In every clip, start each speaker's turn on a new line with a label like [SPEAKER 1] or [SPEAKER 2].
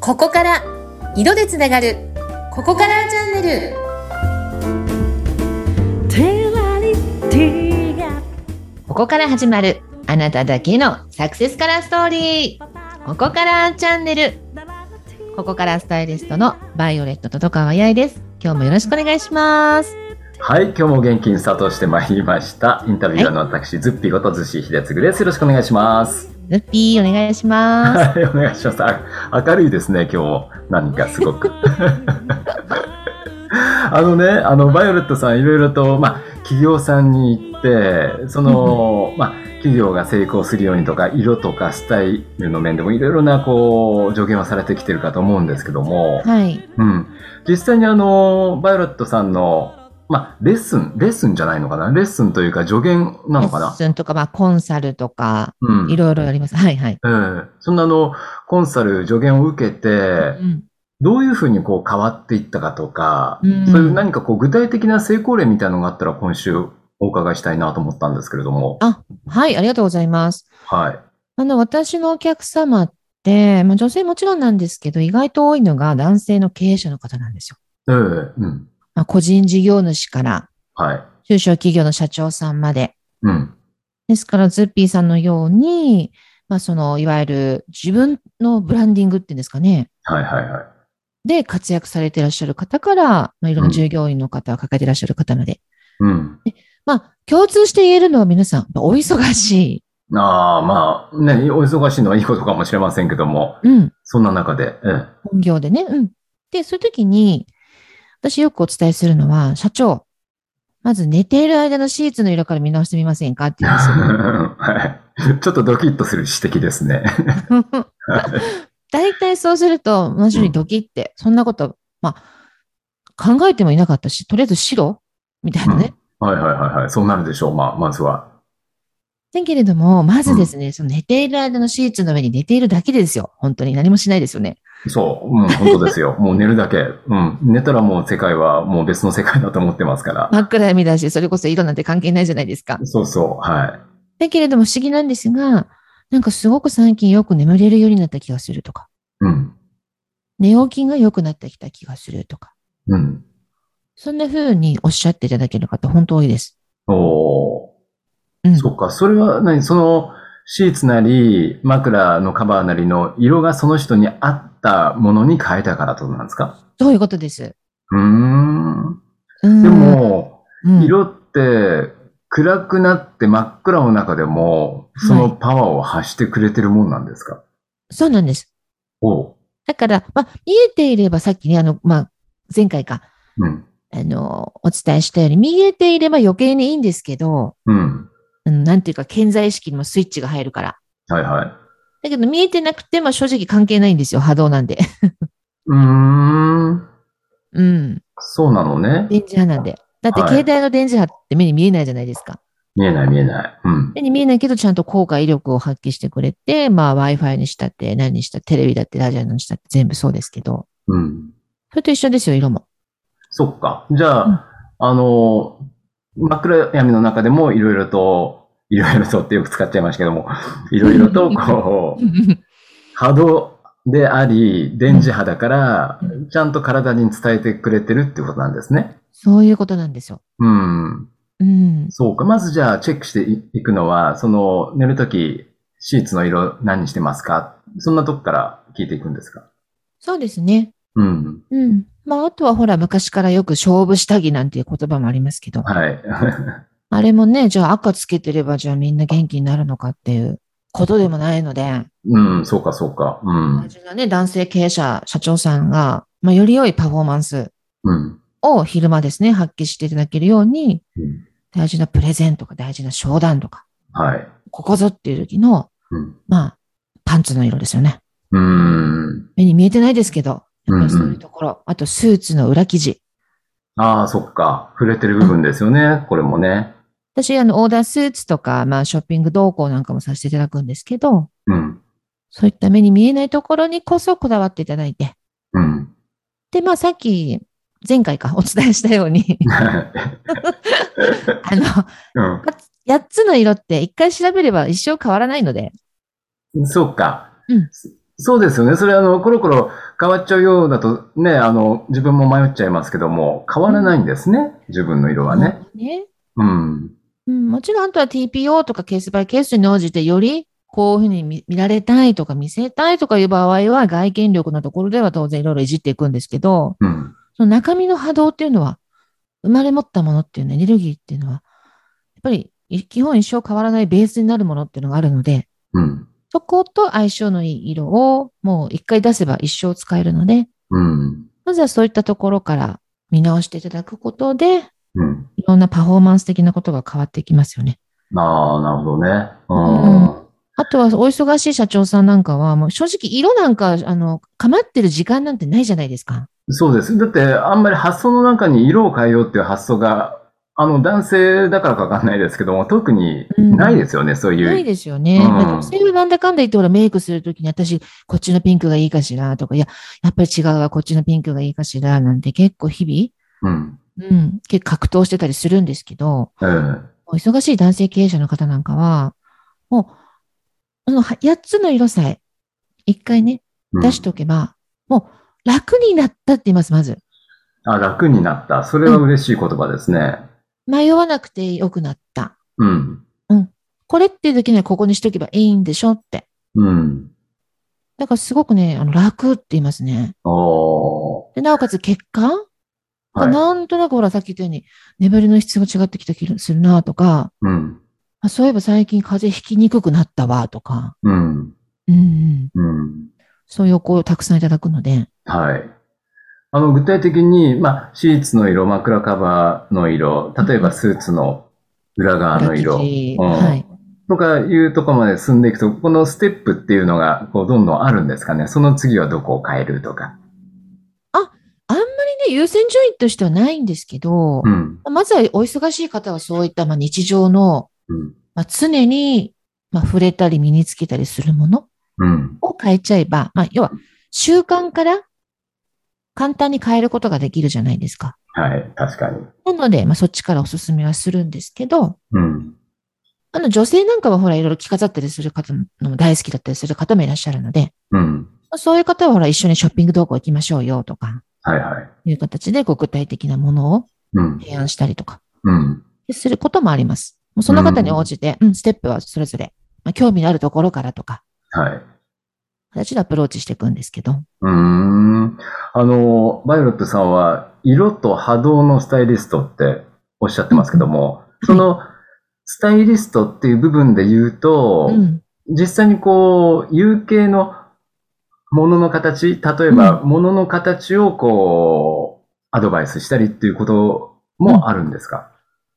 [SPEAKER 1] ここから色でつながるここからチャンネル
[SPEAKER 2] テラリティが
[SPEAKER 1] ここから始まるあなただけのサクセスカラーストーリーここからチャンネルここからスタイリストのバイオレットと戸川八重です今日もよろしくお願いします
[SPEAKER 3] はい、今日も元気にスタートしてまいりました。インタビュアーの私、ズッピーことズシヒデツグです。よろしくお願いします。
[SPEAKER 1] ルッピーお願いします
[SPEAKER 3] はい、お願いします。あ明るいですね、今日も。何かすごく。 あのね、あの、バイオレットさん、いろいろと、まあ、企業さんに行って、その、まあ、企業が成功するようにとか、色とかスタイルの面でもいろいろな、こう、助言はされてきてるかと思うんですけども、
[SPEAKER 1] はい
[SPEAKER 3] うん。実際にあの、バイオレットさんの、まあ、レッスン、レッスンじゃないのかなレッスンというか助言なのか
[SPEAKER 1] レッ
[SPEAKER 3] な
[SPEAKER 1] スンとかまあコンサルとか
[SPEAKER 3] うん。
[SPEAKER 1] いろいろありますはいはい、
[SPEAKER 3] ええそんなあの、コンサル助言を受けて
[SPEAKER 1] う、ん
[SPEAKER 3] どういうふうにこう変わっていったかとか、
[SPEAKER 1] うん
[SPEAKER 3] そういう何かこう具体的な成功例みたいなのがあったら今週お伺いしたいなと思ったんですけれども。
[SPEAKER 1] はいありがとうございます
[SPEAKER 3] はい。
[SPEAKER 1] あの、私のお客様って、まあ、女性もちろんなんですけど、意外と多いのが男性の経営者の方なんですよ。
[SPEAKER 3] ええうん。
[SPEAKER 1] まあ、個人事業主から
[SPEAKER 3] はい。
[SPEAKER 1] 中小企業の社長さんまで。
[SPEAKER 3] うん。
[SPEAKER 1] ですから、ズッピーさんのように、まあ、その、いわゆる自分のブランディングっていうんですかね。
[SPEAKER 3] はいはいはい。
[SPEAKER 1] で、活躍されていらっしゃる方から、まあ、いろんな従業員の方を抱えていらっしゃる方まで。
[SPEAKER 3] うん。
[SPEAKER 1] まあ、共通して言えるのは皆さん、まあお忙しい。
[SPEAKER 3] ああ、まあ、ね、お忙しいのはいいことかもしれませんけども、
[SPEAKER 1] うん。
[SPEAKER 3] そんな中で、ええ
[SPEAKER 1] 本業でね。うん。で、そういう時に、私よくお伝えするのは、社長、まず寝ている間のシーツの色から見直してみませんかって言うんですよ。
[SPEAKER 3] はいちょっとドキッとする指摘ですね。
[SPEAKER 1] 大体そうすると、マジにドキって、そんなこと、まあ、考えてもいなかったし、とりあえず白みたいなね。
[SPEAKER 3] はいはいはいはい。そうなるでしょう。まあ、まずは。
[SPEAKER 1] だけれども、まずですね、その寝ている間のシーツの上に寝ているだけですよ。本当に何もしないですよね。
[SPEAKER 3] そう。うん、本当ですよ。もう寝るだけ。うん。寝たらもう世界はもう別の世界だと思ってますから。
[SPEAKER 1] 真っ暗闇だし、それこそ色なんて関係ないじゃないですか。
[SPEAKER 3] そうそう。はい。
[SPEAKER 1] だけれども不思議なんですが、なんかすごく最近よく眠れるようになった気がするとか。
[SPEAKER 3] うん。
[SPEAKER 1] 寝起きが良くなってきた気がするとか、
[SPEAKER 3] うん。
[SPEAKER 1] そんな風におっしゃっていただける方、本当多いです。
[SPEAKER 3] おー。
[SPEAKER 1] うん。
[SPEAKER 3] そっか。それは何その、シーツなり、枕のカバーなりの色がその人に合ったものに変えたからってことなんですか
[SPEAKER 1] そういうことです。
[SPEAKER 3] うーん。
[SPEAKER 1] うん。
[SPEAKER 3] でも、
[SPEAKER 1] うん、
[SPEAKER 3] 色って暗くなって真っ暗の中でも、
[SPEAKER 1] はい
[SPEAKER 3] そのパワーを発してくれてるもんなんですか、
[SPEAKER 1] そうなんです。
[SPEAKER 3] おう。
[SPEAKER 1] だから、まあ、見えていれば、さっきね、あの、まあ、前回か、
[SPEAKER 3] うん。
[SPEAKER 1] あの、お伝えしたように、見えていれば余計にいいんですけど、
[SPEAKER 3] うん。
[SPEAKER 1] うん、なんていうか、健在意識にもスイッチが入るから。
[SPEAKER 3] はいはい。
[SPEAKER 1] だけど、見えてなくて、まあ、正直関係ないんですよ、波動なんで。
[SPEAKER 3] うーん。
[SPEAKER 1] うん。
[SPEAKER 3] そうなのね。
[SPEAKER 1] 電磁波なんで。だって、
[SPEAKER 3] はい
[SPEAKER 1] 携帯の電磁波って目に見えないじゃないですか。
[SPEAKER 3] 見えない見えない。うん。
[SPEAKER 1] 目に見えないけど、ちゃんと効果、威力を発揮してくれて、まあ Wi-Fi にしたって、何にしたって、テレビだって、ラジオにしたって、全部そうですけど。
[SPEAKER 3] うん。
[SPEAKER 1] それと一緒ですよ、色 も。
[SPEAKER 3] そっか。じゃあ、
[SPEAKER 1] うん
[SPEAKER 3] あの、真っ暗闇の中でもいろいろと、いろいろと ってよく使っちゃいましたけども、いろいろとこ う、波動であり、電磁波だから
[SPEAKER 1] う、ん
[SPEAKER 3] ちゃんと体に伝えてくれてるってことなんですね。
[SPEAKER 1] そういうことなんですよ。
[SPEAKER 3] うん。
[SPEAKER 1] うん。
[SPEAKER 3] そうか。まずじゃあ、チェックしていいくのは、その、寝るとき、シーツの色何にしてますかそんなとこから聞いていくんですか
[SPEAKER 1] そうですね。
[SPEAKER 3] うん。
[SPEAKER 1] うん。まあ、あとはほら、昔からよく勝負下着なんていう言葉もありますけど、
[SPEAKER 3] はい。
[SPEAKER 1] あれもね、じゃあ赤つけてれば、じゃあみんな元気になるのかっていうことでもないので、
[SPEAKER 3] うん、そうか、そうか。う
[SPEAKER 1] 大
[SPEAKER 3] ん。
[SPEAKER 1] 事なね、男性経営者、社長さんが、まあ、より良いパフォーマンス
[SPEAKER 3] うん。
[SPEAKER 1] を昼間ですね、発揮していただけるように、
[SPEAKER 3] うん
[SPEAKER 1] 大事なプレゼンとか大事な商談とか、
[SPEAKER 3] はい。
[SPEAKER 1] ここぞっていう時の、
[SPEAKER 3] うん。
[SPEAKER 1] まあ、パンツの色ですよね。
[SPEAKER 3] うん。
[SPEAKER 1] 目に見えてないですけど、やっぱりそう
[SPEAKER 3] うん
[SPEAKER 1] いううんところ。あと、スーツの裏生地。
[SPEAKER 3] ああ、そっか。触れてる部分ですよね。これもね。
[SPEAKER 1] 私、あの、オーダースーツとか、まあ、ショッピング同行なんかもさせていただくんですけど、
[SPEAKER 3] うん。
[SPEAKER 1] そういった目に見えないところにこそこだわっていただいて。
[SPEAKER 3] うん。
[SPEAKER 1] で、まあ、さっき、前回か、お伝えしたように、あの、8つの色って一回調べれば一生変わらないので、
[SPEAKER 3] うん。そうか。
[SPEAKER 1] うん
[SPEAKER 3] そうですよね。それあの、コロコロ変わっちゃうようだとね、あの、自分も迷っちゃいますけども、変わらないんですね。自分の色はね。
[SPEAKER 1] ね。
[SPEAKER 3] うん。
[SPEAKER 1] うん、もちろん、あとは TPO とかケースバイケースに応じて、よりこういうふうに見見られたいとか見せたいとかいう場合は、外見力のところでは当然いろいろいじっていくんですけど、
[SPEAKER 3] うん。
[SPEAKER 1] その中身の波動っていうのは、生まれ持ったものっていうのエネルギーっていうのは、やっぱりい基本一生変わらないベースになるものっていうのがあるので、
[SPEAKER 3] うん。
[SPEAKER 1] そこと相性のいい色をもう一回出せば一生使えるので、
[SPEAKER 3] うん。
[SPEAKER 1] まずはそういったところから見直していただくことで、
[SPEAKER 3] うん。
[SPEAKER 1] いろんなパフォーマンス的なことが変わってきますよね。
[SPEAKER 3] ああ、なるほどね。うん。
[SPEAKER 1] あとは、お忙しい社長さんなんかは、もう正直、色なんか、あの、構ってる時間なんてないじゃないですか。
[SPEAKER 3] そうです。だって、あんまり発想の中に色を変えようっていう発想が、あの、男性だからかわかんないですけども、特にないですよね、そういう。
[SPEAKER 1] ないですよね。
[SPEAKER 3] うん
[SPEAKER 1] だって女性はなんだかんだ言って、ほら、メイクするときに、私、こっちのピンクがいいかしら、とか、いや、やっぱり違うわ、こっちのピンクがいいかしら、なんて結構日
[SPEAKER 3] うん。
[SPEAKER 1] 々、うん、結構格闘してたりするんですけど、
[SPEAKER 3] ええ
[SPEAKER 1] お忙しい男性経営者の方なんかは、もう、その8つの色さえ、一回ね、
[SPEAKER 3] うん
[SPEAKER 1] 出しておけば、もう楽になったって言います、まず。
[SPEAKER 3] あ、楽になった。それは嬉しい言葉ですね。
[SPEAKER 1] 迷わなくて良くなった。
[SPEAKER 3] うん。
[SPEAKER 1] これっていう時にはここにしとけばいいんでしょって。
[SPEAKER 3] うん。
[SPEAKER 1] だからすごくね、あの楽って言いますね。
[SPEAKER 3] おー。
[SPEAKER 1] でなおかつ血管、
[SPEAKER 3] はい。
[SPEAKER 1] なんとなくほらさっき言ったように眠りの質が違ってきた気がするなとか、
[SPEAKER 3] うん。
[SPEAKER 1] あそういえば最近風邪ひきにくくなったわとか、
[SPEAKER 3] うん。
[SPEAKER 1] うんうん、
[SPEAKER 3] うん。
[SPEAKER 1] そういうお声をたくさんいただくので、
[SPEAKER 3] はい。あの、具体的に、まあ、シーツの色、枕カバーの色、例えばスーツの裏側の色、
[SPEAKER 1] 裏生地
[SPEAKER 3] うん
[SPEAKER 1] はい
[SPEAKER 3] とかいうところまで進んでいくと、このステップっていうのが、こう、どんどんあるんですかね。その次はどこを変えるとか。
[SPEAKER 1] あんまりね、優先順位としてはないんですけど、
[SPEAKER 3] うん。
[SPEAKER 1] まずはお忙しい方はそういったまあ日常の、
[SPEAKER 3] うん。
[SPEAKER 1] まあ、常にまあ触れたり身につけたりするもの
[SPEAKER 3] うん。
[SPEAKER 1] を変えちゃえば、まあ、要は習慣から簡単に変えることができるじゃないですか。
[SPEAKER 3] はい。確かに。
[SPEAKER 1] なので、まあ、そっちからおすすめはするんですけど、
[SPEAKER 3] うん。
[SPEAKER 1] あの女性なんかはほらいろいろ着飾ったりする方も大好きだったりする方もいらっしゃるので、
[SPEAKER 3] うん。
[SPEAKER 1] まあそういう方はほら一緒にショッピングどこ行きましょうよとか、
[SPEAKER 3] はいはい。
[SPEAKER 1] いう形でこう具体的なものを
[SPEAKER 3] うん。
[SPEAKER 1] 提案したりとか、
[SPEAKER 3] うん。
[SPEAKER 1] することもあります。もうその方に応じて、うん、ステップはそれぞれ、まあ、興味のあるところからとか、
[SPEAKER 3] はい。
[SPEAKER 1] 形でアプローチしていくんですけど、
[SPEAKER 3] うーん。あの、バイオレットさんは、色と波動のスタイリストっておっしゃってますけども、
[SPEAKER 1] い
[SPEAKER 3] その、スタイリストっていう部分で言うと、
[SPEAKER 1] うん、
[SPEAKER 3] 実際にこう、有形のものの形、例えば、ものの形をこう、アドバイスしたりっていうこともあるんですか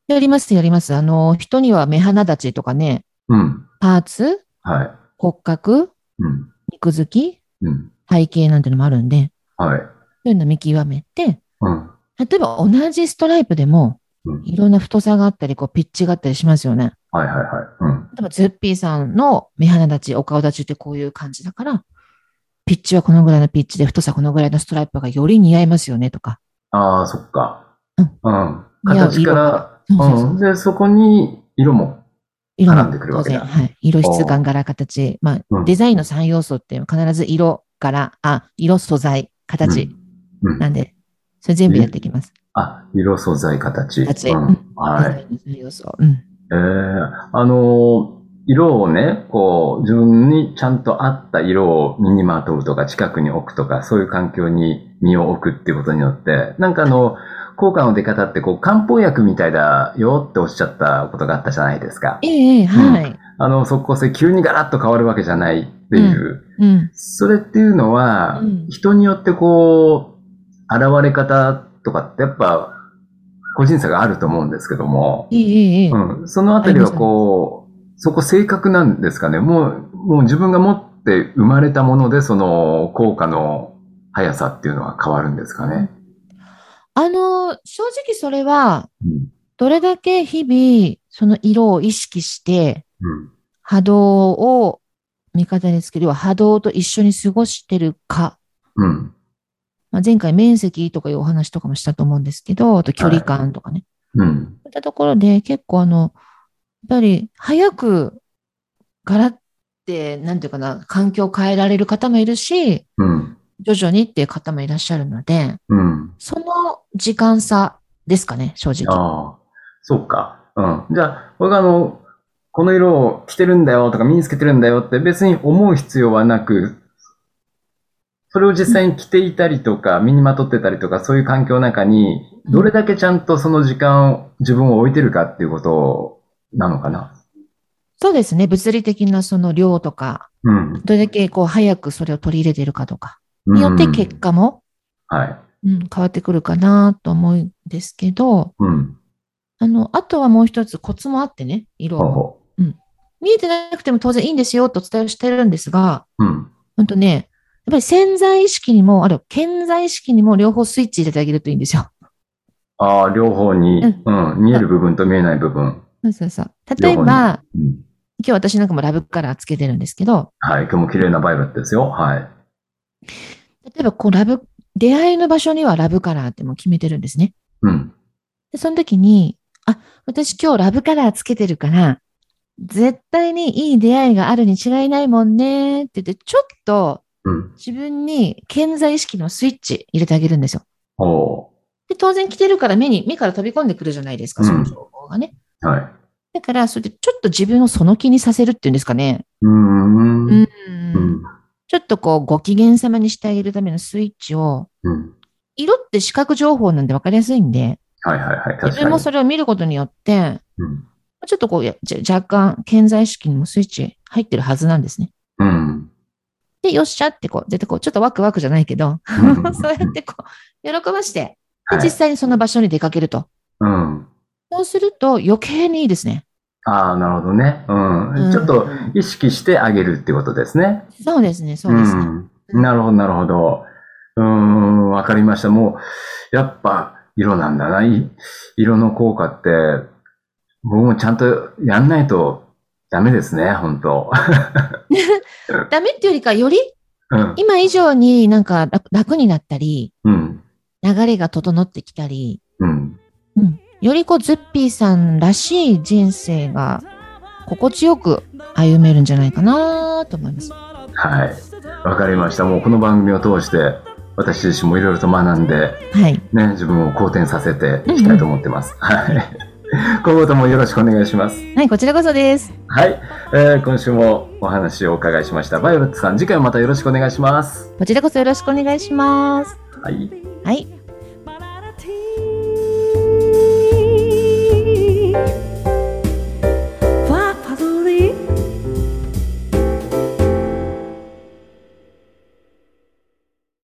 [SPEAKER 1] やります、やります。あの、人には目鼻立ちとかね、
[SPEAKER 3] うん。
[SPEAKER 1] パーツ、
[SPEAKER 3] はい。
[SPEAKER 1] 骨格、
[SPEAKER 3] うん。
[SPEAKER 1] 肉付き、
[SPEAKER 3] うん。
[SPEAKER 1] 背景なんてのもあるんで、
[SPEAKER 3] はい。
[SPEAKER 1] そういうのを見極めて、
[SPEAKER 3] うん。
[SPEAKER 1] 例えば同じストライプでも
[SPEAKER 3] うん、
[SPEAKER 1] いろんな太さがあったり、こう、ピッチがあったりしますよね。
[SPEAKER 3] はいはいはい。うん。
[SPEAKER 1] 例えば、ズッピーさんの目鼻立ち、お顔立ちってこういう感じだから、ピッチはこのぐらいのピッチで、太さこのぐらいのストライプがより似合いますよね、とか。
[SPEAKER 3] ああ、そっか。
[SPEAKER 1] うん
[SPEAKER 3] うん。
[SPEAKER 1] 似合う
[SPEAKER 3] 形
[SPEAKER 1] 色
[SPEAKER 3] から、
[SPEAKER 1] そうそうそう
[SPEAKER 3] うん。で、そこに色も
[SPEAKER 1] 色
[SPEAKER 3] 絡んでくるわ
[SPEAKER 1] 当
[SPEAKER 3] けだ
[SPEAKER 1] 然、はい。色、質感、柄、形。まあ、
[SPEAKER 3] うん
[SPEAKER 1] デザインの3要素って必ず色、柄、あ、色、素材、形
[SPEAKER 3] うんうん
[SPEAKER 1] なんで、それ全部やっていきます。
[SPEAKER 3] あ、色、素材、形。
[SPEAKER 1] 形
[SPEAKER 3] うん
[SPEAKER 1] うん
[SPEAKER 3] は
[SPEAKER 1] デ
[SPEAKER 3] い。
[SPEAKER 1] ザインの3要素。うん。
[SPEAKER 3] えー、あのー色をね、こう、自分にちゃんと合った色を身にまとうとか、近くに置くとか、そういう環境に身を置くっていうことによって、なんかあの、効果の出方って、こう、漢方薬みたいだよっておっしゃったことがあったじゃないですか。
[SPEAKER 1] ええええはい。
[SPEAKER 3] あの、即効性急にガラッと変わるわけじゃないっていう。
[SPEAKER 1] うん。
[SPEAKER 3] それっていうのは、
[SPEAKER 1] うん
[SPEAKER 3] 人によってこう、現れ方とかってやっぱ、個人差があると思うんですけども、
[SPEAKER 1] ええええええ
[SPEAKER 3] うん、そのあたりはこう、そこ正確なんですかね。もう、もう自分が持って生まれたもので、その効果の速さっていうのは変わるんですかね。
[SPEAKER 1] あの、正直それは、
[SPEAKER 3] うん。
[SPEAKER 1] どれだけ日々、その色を意識して、
[SPEAKER 3] うん。
[SPEAKER 1] 波動を味方につける、要は波動と一緒に過ごしてるか
[SPEAKER 3] うん。
[SPEAKER 1] まあ、前回面積とかいうお話とかもしたと思うんですけど、あと距離感とかね。
[SPEAKER 3] うん。
[SPEAKER 1] そういったところで結構あの、やっぱり早くガラッって、なんていうかな、環境を変えられる方もいるし、
[SPEAKER 3] うん。
[SPEAKER 1] 徐々にっていう方もいらっしゃるので、
[SPEAKER 3] うん。
[SPEAKER 1] その時間差ですかね、正直。
[SPEAKER 3] ああ、そうか。うん。じゃあ、僕はあの、この色を着てるんだよとか身につけてるんだよって別に思う必要はなく、それを実際に着ていたりとか、身にまとってたりとか、そういう環境の中に、どれだけちゃんとその時間を、自分を置いてるかっていうことなのかな。
[SPEAKER 1] そうですね、物理的なその量とか、
[SPEAKER 3] うん。
[SPEAKER 1] どれだけこう早くそれを取り入れているかとか、によって結
[SPEAKER 3] 果。
[SPEAKER 1] 果も、
[SPEAKER 3] はい。
[SPEAKER 1] うん、変わってくるかなと思うんですけど、
[SPEAKER 3] うん。
[SPEAKER 1] あの、あとはもう一つコツもあってね、色
[SPEAKER 3] ほう
[SPEAKER 1] を。
[SPEAKER 3] ほ
[SPEAKER 1] 見えてなくても当然いいんですよとお伝えをしてるんですが、
[SPEAKER 3] う。うん。
[SPEAKER 1] ほんとね、やっぱり潜在意識にも、あるいは潜在意識にも両方スイッチ入れてあげるといいんですよ。
[SPEAKER 3] ああ、両方に、
[SPEAKER 1] う
[SPEAKER 3] うん。見える部分と見えない部分。
[SPEAKER 1] そうそうそう。例えば、
[SPEAKER 3] 両方うん。
[SPEAKER 1] 今日私なんかもラブカラーつけてるんですけど、
[SPEAKER 3] はい。今日も綺麗なバイオレットですよ。はい。
[SPEAKER 1] 例えばこうラブ、出会いの場所にはラブカラーってもう決めてるんですね。
[SPEAKER 3] うん。
[SPEAKER 1] で、その時に、あ、私今日ラブカラーつけてるから、絶対にいい出会いがあるに違いないもんねって言って、ちょっと
[SPEAKER 3] うん。
[SPEAKER 1] 自分に潜在意識のスイッチ入れてあげるんですよ。
[SPEAKER 3] ほ
[SPEAKER 1] で、当然着てるから目に、目から飛び込んでくるじゃないですか、
[SPEAKER 3] うん
[SPEAKER 1] その情報がね。
[SPEAKER 3] う。はい。
[SPEAKER 1] だから、それでちょっと自分をその気にさせるっていうんですかね。
[SPEAKER 3] うーん。
[SPEAKER 1] うん。
[SPEAKER 3] うん。
[SPEAKER 1] ちょっとこう、ご機嫌様にしてあげるためのスイッチを、
[SPEAKER 3] うん。
[SPEAKER 1] 色って視覚情報なんで分かりやすいんで、
[SPEAKER 3] はいはいはい。確
[SPEAKER 1] 自
[SPEAKER 3] か
[SPEAKER 1] 分
[SPEAKER 3] に。
[SPEAKER 1] もそれを見ることによって、
[SPEAKER 3] うん。
[SPEAKER 1] ちょっとこうや、じゃ若干、健在意識にもスイッチ入ってるはずなんですね。
[SPEAKER 3] うん。
[SPEAKER 1] で、よっしゃってこう、絶対こう、ちょっとワクワクじゃないけど、
[SPEAKER 3] う ん
[SPEAKER 1] そうやってこう、喜ばして、で
[SPEAKER 3] はい
[SPEAKER 1] 実際にその場所に出かけると。
[SPEAKER 3] うん。
[SPEAKER 1] そうすると余計にいいですね。
[SPEAKER 3] ああ、なるほどね。う。
[SPEAKER 1] うんん
[SPEAKER 3] ちょっと意識してあげるってことですね。
[SPEAKER 1] そうですね、そうですね。
[SPEAKER 3] うん。なるほど、なるほど。うーん、わかりました。もう、やっぱ、色なんだな。い色の効果って、僕もちゃんとやんないとダメですね、本当
[SPEAKER 1] ダメっていうよりか、より
[SPEAKER 3] うん。
[SPEAKER 1] 今以上になんか楽楽になったり、
[SPEAKER 3] うん。
[SPEAKER 1] 流れが整ってきたり、
[SPEAKER 3] うん。
[SPEAKER 1] よりこう、ズッピーさんらしい人生が心地よく歩めるんじゃないかなと思います。
[SPEAKER 3] はい。わかりました。もうこの番組を通して、私自身もいろいろと学んで、
[SPEAKER 1] はい。
[SPEAKER 3] ね、自分を好転させていきたいと思ってます。はい。 今後ともよろしくお願いします。
[SPEAKER 1] はい、こちらこそです。
[SPEAKER 3] はい、えー今週もお話をお伺いしました。バイオレットさん、次回もまたよろしくお願いします。
[SPEAKER 1] こちらこそよろしくお願いします。
[SPEAKER 3] はい。
[SPEAKER 1] はい。